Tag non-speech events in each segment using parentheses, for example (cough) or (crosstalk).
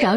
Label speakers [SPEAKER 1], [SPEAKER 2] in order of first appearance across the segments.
[SPEAKER 1] 扰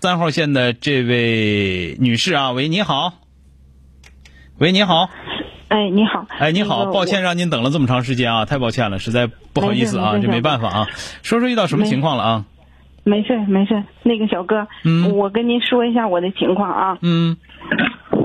[SPEAKER 2] 三号线的这位女士啊，喂，你好，喂，你好，
[SPEAKER 3] 哎，你好，
[SPEAKER 2] 哎，你好，
[SPEAKER 3] 那个
[SPEAKER 2] 抱歉让您等了这么长时间啊，太抱歉了，实在不好意思啊，
[SPEAKER 3] 没事没事
[SPEAKER 2] 这没办法啊，说说遇到什么
[SPEAKER 3] 没
[SPEAKER 2] 情况了啊？
[SPEAKER 3] 我没事没事。那个小哥，
[SPEAKER 2] 嗯
[SPEAKER 3] 我跟您说一下我的情况啊
[SPEAKER 2] 嗯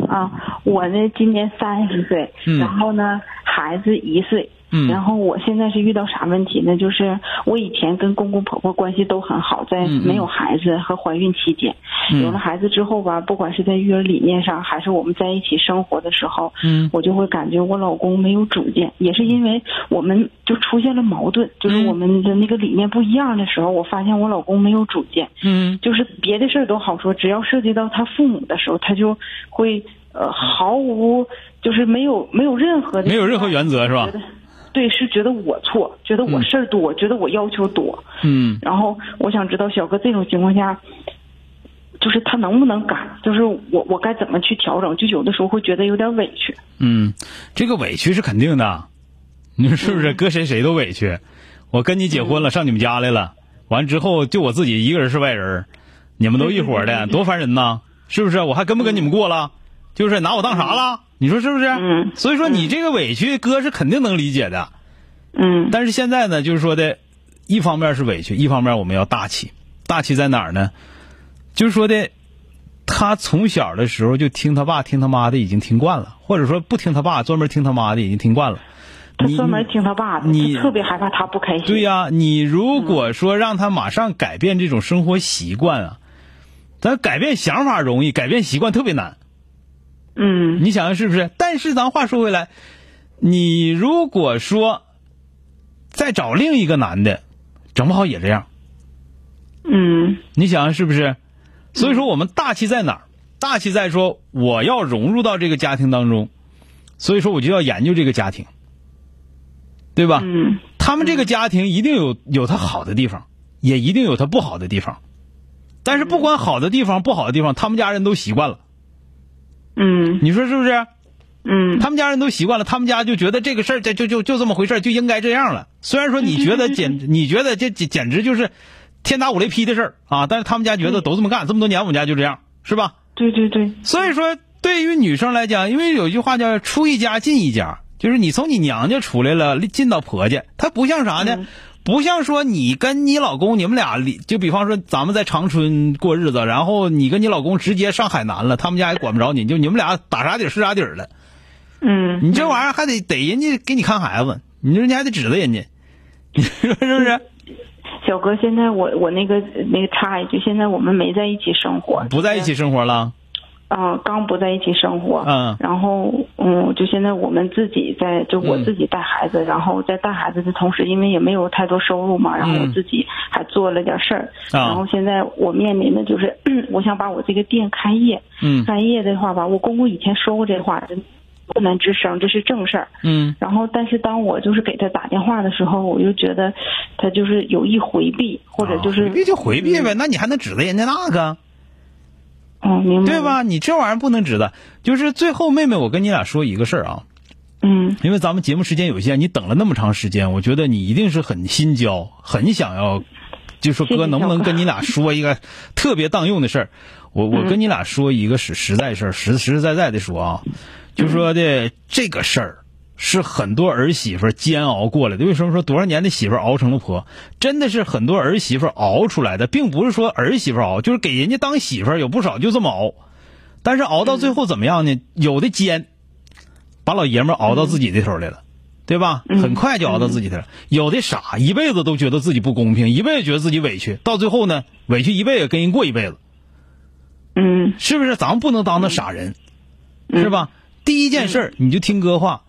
[SPEAKER 3] 啊，我呢今年三十岁，
[SPEAKER 2] 嗯
[SPEAKER 3] 然后呢孩子一岁，然
[SPEAKER 2] 嗯
[SPEAKER 3] 后我现在是遇到啥问题呢？就是我以前跟公公婆婆关系都很好，在
[SPEAKER 2] 嗯嗯
[SPEAKER 3] 没有孩子和怀孕期间，有了
[SPEAKER 2] 嗯
[SPEAKER 3] 孩子之后吧，不管是在育儿理念上，还是我们在一起生活的时候，
[SPEAKER 2] 嗯
[SPEAKER 3] 我就会感觉我老公没有主见，也是因为我们就出现了矛盾，就是
[SPEAKER 2] 嗯
[SPEAKER 3] 我们的那个理念不一样的时候，我发现我老公没有主见，
[SPEAKER 2] 嗯
[SPEAKER 3] 就是别的事儿都好说，只要涉及到他父母的时候，他就会呃毫无就是没有没有任何的
[SPEAKER 2] 没有任何原则是吧
[SPEAKER 3] 觉？得对，是觉得我错，觉得我
[SPEAKER 2] 嗯
[SPEAKER 3] 事儿多，觉得我要求多，
[SPEAKER 2] 嗯
[SPEAKER 3] 然后我想知道小哥这种情况下，就是他能不能改？就是我我该怎么去调整？就有的时候会觉得有点委屈。
[SPEAKER 2] 嗯，这个委屈是肯定的，你说是不
[SPEAKER 3] 嗯
[SPEAKER 2] 是？搁谁谁都委屈。我跟你结婚了，上你们家来了，完之后就我自己一个人是外人儿，你们都一伙儿
[SPEAKER 3] 嗯
[SPEAKER 2] 的，多烦人呐，是不是？我还跟不跟你们过了？就是拿我当啥了？你说是不是？
[SPEAKER 3] 嗯
[SPEAKER 2] 所以说你这个委屈，哥是肯定能理解的。
[SPEAKER 3] 嗯
[SPEAKER 2] 但是现在呢，就是说的，一方面是委屈，一方面我们要大气。大气在哪儿呢？就是说的，他从小的时候就听他爸、听他妈的，已经听惯了；或者说不听他爸，专门听他妈的，已经听惯了。
[SPEAKER 3] 他
[SPEAKER 2] 你
[SPEAKER 3] 专门听他爸的，
[SPEAKER 2] 你
[SPEAKER 3] 他特别害怕他不开心。
[SPEAKER 2] 对、呀、你如果说让他马上改变这种生活习惯啊，咱改变想法容易，改变习惯特别难。
[SPEAKER 3] 嗯
[SPEAKER 2] 你想想是不是？但是咱话说回来，你如果说再找另一个男的，整不好也这样。
[SPEAKER 3] 嗯
[SPEAKER 2] 你想想是不是？所以说我们大气在哪儿？大气在说我要融入到这个家庭当中，所以说我就要研究这个家庭，对吧？
[SPEAKER 3] 嗯
[SPEAKER 2] 他们这个家庭一定有有他好的地方，也一定有他不好的地方。但是不管好的地方、不好的地方，他们家人都习惯了，
[SPEAKER 3] 嗯
[SPEAKER 2] 你说是不是？(laughs)
[SPEAKER 3] 嗯
[SPEAKER 2] 他们家人都习惯了，他们家就觉得这个事儿就就就就这么回事儿，就应该这样了。虽然说你觉得简，你觉得这简简直就是天打五雷劈的事儿啊，但是他们家觉得都这么干，这么多年我们家就这样，是吧？
[SPEAKER 3] 对对对，
[SPEAKER 2] 所以说，对于女生来讲，因为有句话叫“出一家进一家”，就是你从你娘家出来了，进到婆家，它不像啥呢？不像说你跟你老公你们俩离，就比方说咱们在长春过日子，然后你跟你老公直接上海南了，他们家也管不着你，就你们俩打啥底儿是啥底儿了。
[SPEAKER 3] 嗯
[SPEAKER 2] (laughs) 你这玩意儿还得得人家给你看孩子，你说人家还得指着人家，你说是不
[SPEAKER 3] 啊
[SPEAKER 2] 是？
[SPEAKER 3] 小哥，现在我我那个那个插一句，现在我们没在一起生活，
[SPEAKER 2] 不在一起生活了，
[SPEAKER 3] 嗯、刚不在一起生活，
[SPEAKER 2] 嗯
[SPEAKER 3] 然后嗯，就现在我们自己在，就我
[SPEAKER 2] 嗯
[SPEAKER 3] 自己带孩子，然后在带孩子的同时，因为也没有太多收入嘛，然后我
[SPEAKER 2] 嗯
[SPEAKER 3] 自己还做了点事儿，
[SPEAKER 2] 啊
[SPEAKER 3] 然后现在我面临的就是， (clears throat) 我想把我这个店开业，
[SPEAKER 2] 嗯
[SPEAKER 3] 开业的话吧，我公公以前说过这话，真不能吱声，这是正事儿，
[SPEAKER 2] 嗯
[SPEAKER 3] 然后，但是当我就是给他打电话的时候，我就觉得他就是有意回避，或者就是、
[SPEAKER 2] 啊回避就回避呗，那你还能指着人家那个？
[SPEAKER 3] 嗯，明白
[SPEAKER 2] 对？吧？你这玩意儿不能指的，就是最后妹妹，我跟你俩说一个事儿啊，
[SPEAKER 3] 嗯
[SPEAKER 2] 因为咱们节目时间有限，你等了那么长时间，我觉得你一定是很心焦，很想要，就说
[SPEAKER 3] 谢谢
[SPEAKER 2] 哥能不能
[SPEAKER 3] 小哥
[SPEAKER 2] 跟你俩说一个特别当用的事儿？我我
[SPEAKER 3] 嗯
[SPEAKER 2] 跟你俩说一个实实在事儿，实实实在在的说啊，就说的这个事儿。是很多儿媳妇儿煎熬过来的。为什么说多少年的媳妇儿熬成了婆？真的是很多儿媳妇儿熬出来的，并不是说儿媳妇儿熬，就是给人家当媳妇儿有不少就这么熬。但是熬到最后怎么样呢？有的奸，把老爷们儿熬到自己的头来了，对吧？很快就熬到自己头了。有的傻，一辈子都觉得自己不公平，一辈子觉得自己委屈，到最后呢，委屈一辈子跟人过一辈子，
[SPEAKER 3] 嗯
[SPEAKER 2] 是不是？咱们不能当那傻人，是吧？第一件事儿你就听哥话。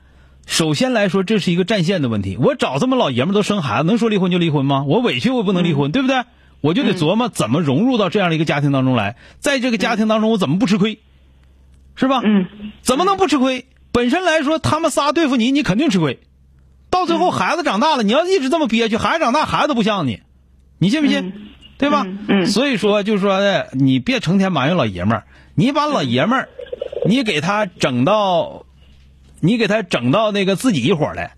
[SPEAKER 2] 首先来说，这是一个战线的问题。我找这么老爷们儿都生孩子，能说离婚就离婚吗？我委屈我也不能离婚，对不对？我就得琢磨怎么融入到这样的一个家庭当中来，在这个家庭当中我怎么不吃亏，是吧？
[SPEAKER 3] 嗯，
[SPEAKER 2] 怎么能不吃亏？本身来说，他们仨对付你，你肯定吃亏。到最
[SPEAKER 3] 嗯
[SPEAKER 2] 后，孩子长大了，你要一直这么憋屈，孩子长大，孩子都不像你，你信不信？
[SPEAKER 3] 嗯
[SPEAKER 2] 对吧？
[SPEAKER 3] 嗯嗯
[SPEAKER 2] 所以说，就是说的，你别成天埋怨老爷们儿，你把
[SPEAKER 3] 嗯
[SPEAKER 2] 老爷们儿，你给他整到，你给他整到那个自己一伙儿来。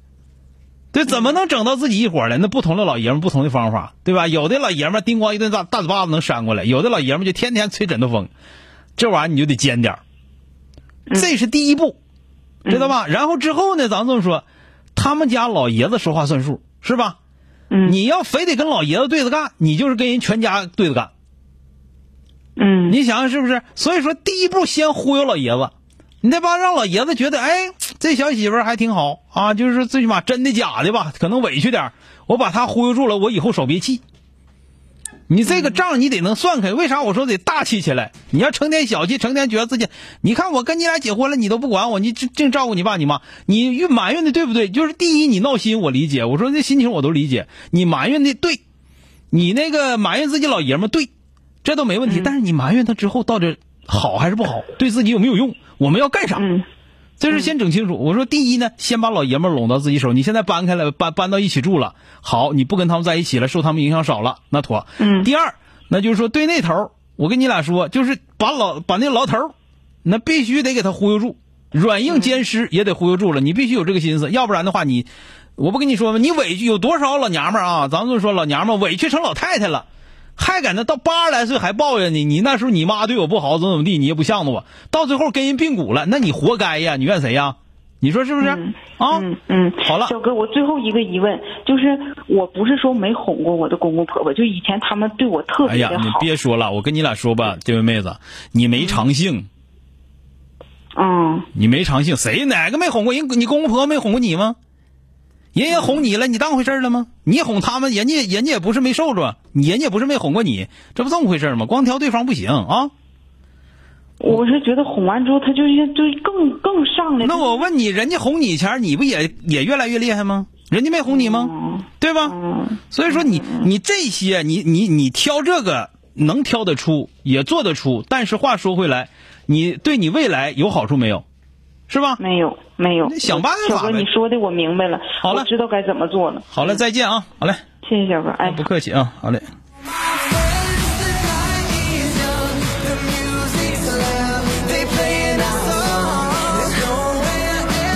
[SPEAKER 2] 对，怎
[SPEAKER 3] 嗯
[SPEAKER 2] 么能整到自己一伙儿来？那不同的老爷们儿，不同的方法，对吧？有的老爷们儿叮咣一顿大大嘴巴子能扇过来，有的老爷们儿就天天吹枕头风，这玩意儿你就得尖点儿。
[SPEAKER 3] 嗯
[SPEAKER 2] 这是第一步，知道吧？然后之后呢，咱这么说，他们家老爷子说话算数，是吧？
[SPEAKER 3] 嗯
[SPEAKER 2] 你要非得跟老爷子对着干，你就是跟人全家对着干。
[SPEAKER 3] 嗯
[SPEAKER 2] 你想想是不是？所以说，第一步先忽悠老爷子，你得把让老爷子觉得，哎，这小媳妇儿还挺好啊，就是说最起码真的假的吧，可能委屈点儿，我把她忽悠住了，我以后少憋气。你这个账你得能算开，为啥我说得大气起来？你要成天小气，成天觉得自己，你看我跟你俩结婚了，你都不管我，你净净照顾你爸你妈，你越埋怨的对不对？就是第一，你闹心我理解，我说这心情我都理解，你埋怨的对，你那个埋怨自己老爷们儿对，这都没问题。但是你埋怨他之后到底好还是不好，对自己有没有用？我们要干啥？
[SPEAKER 3] 嗯
[SPEAKER 2] 这是先整清楚。我说，第一呢，先把老爷们儿拢到自己手。你现在搬开了，搬搬到一起住了，好，你不跟他们在一起了，受他们影响少了，那妥。
[SPEAKER 3] 嗯
[SPEAKER 2] 第二，那就是说对那头儿，我跟你俩说，就是把老把那老头儿，那必须得给他忽悠住，软硬兼施也得忽悠住了。你必须有这个心思，要不然的话你，我不跟你说吗？你委屈有多少老娘们儿啊？咱们就说老娘们儿委屈成老太太了。还敢那到八十来岁还抱怨你，你那时候你妈对我不好，怎么怎么地，你也不向着我，到最后跟人并骨了，那你活该呀，你怨谁呀？你说是不是？啊，
[SPEAKER 3] 嗯嗯，
[SPEAKER 2] 好了
[SPEAKER 3] 小哥，我最后一个疑问就是，我不是说没哄过我的公公婆婆，就以前他们对我特
[SPEAKER 2] 哎
[SPEAKER 3] 别
[SPEAKER 2] 呀，
[SPEAKER 3] 的
[SPEAKER 2] 你
[SPEAKER 3] 好。
[SPEAKER 2] 别说了，我跟你俩说吧，这位妹子，你没长性。
[SPEAKER 3] 嗯
[SPEAKER 2] 你没长性，谁哪个没哄过人？你公公婆婆没哄过你吗？人家哄你了，你当回事儿了吗？你哄他们，人家人家也不是没受着，人家也不是没哄过你，这不这么回事儿吗？光挑对方不行啊！
[SPEAKER 3] 我是觉得哄完之后，他就就更更上来。
[SPEAKER 2] 那我问你，人家哄你前儿，你不也也越来越厉害吗？人家没哄你吗
[SPEAKER 3] 嗯？
[SPEAKER 2] 对吧？
[SPEAKER 3] 嗯
[SPEAKER 2] 所以说你你这些你你你挑这个能挑得出，也做得出，但是话说回来，你对你未来有好处没有？是吧？
[SPEAKER 3] 没有没有
[SPEAKER 2] 那，想办法
[SPEAKER 3] 小哥，
[SPEAKER 2] 呗
[SPEAKER 3] 你说的我明白了，
[SPEAKER 2] 好了
[SPEAKER 3] 我知道该怎么做了。
[SPEAKER 2] 好了，再见啊！好嘞，
[SPEAKER 3] 谢谢小哥，哎，
[SPEAKER 2] 不客气啊！好嘞。
[SPEAKER 4] The night is young, the music's loud, they playing a song. There's nowhere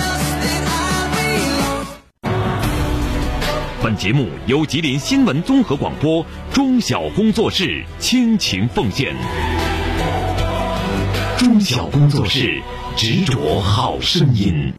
[SPEAKER 4] else that I belong.
[SPEAKER 5] 本节目由吉林新闻综合广播中小工作室倾情奉献。中小工作室执着好声音。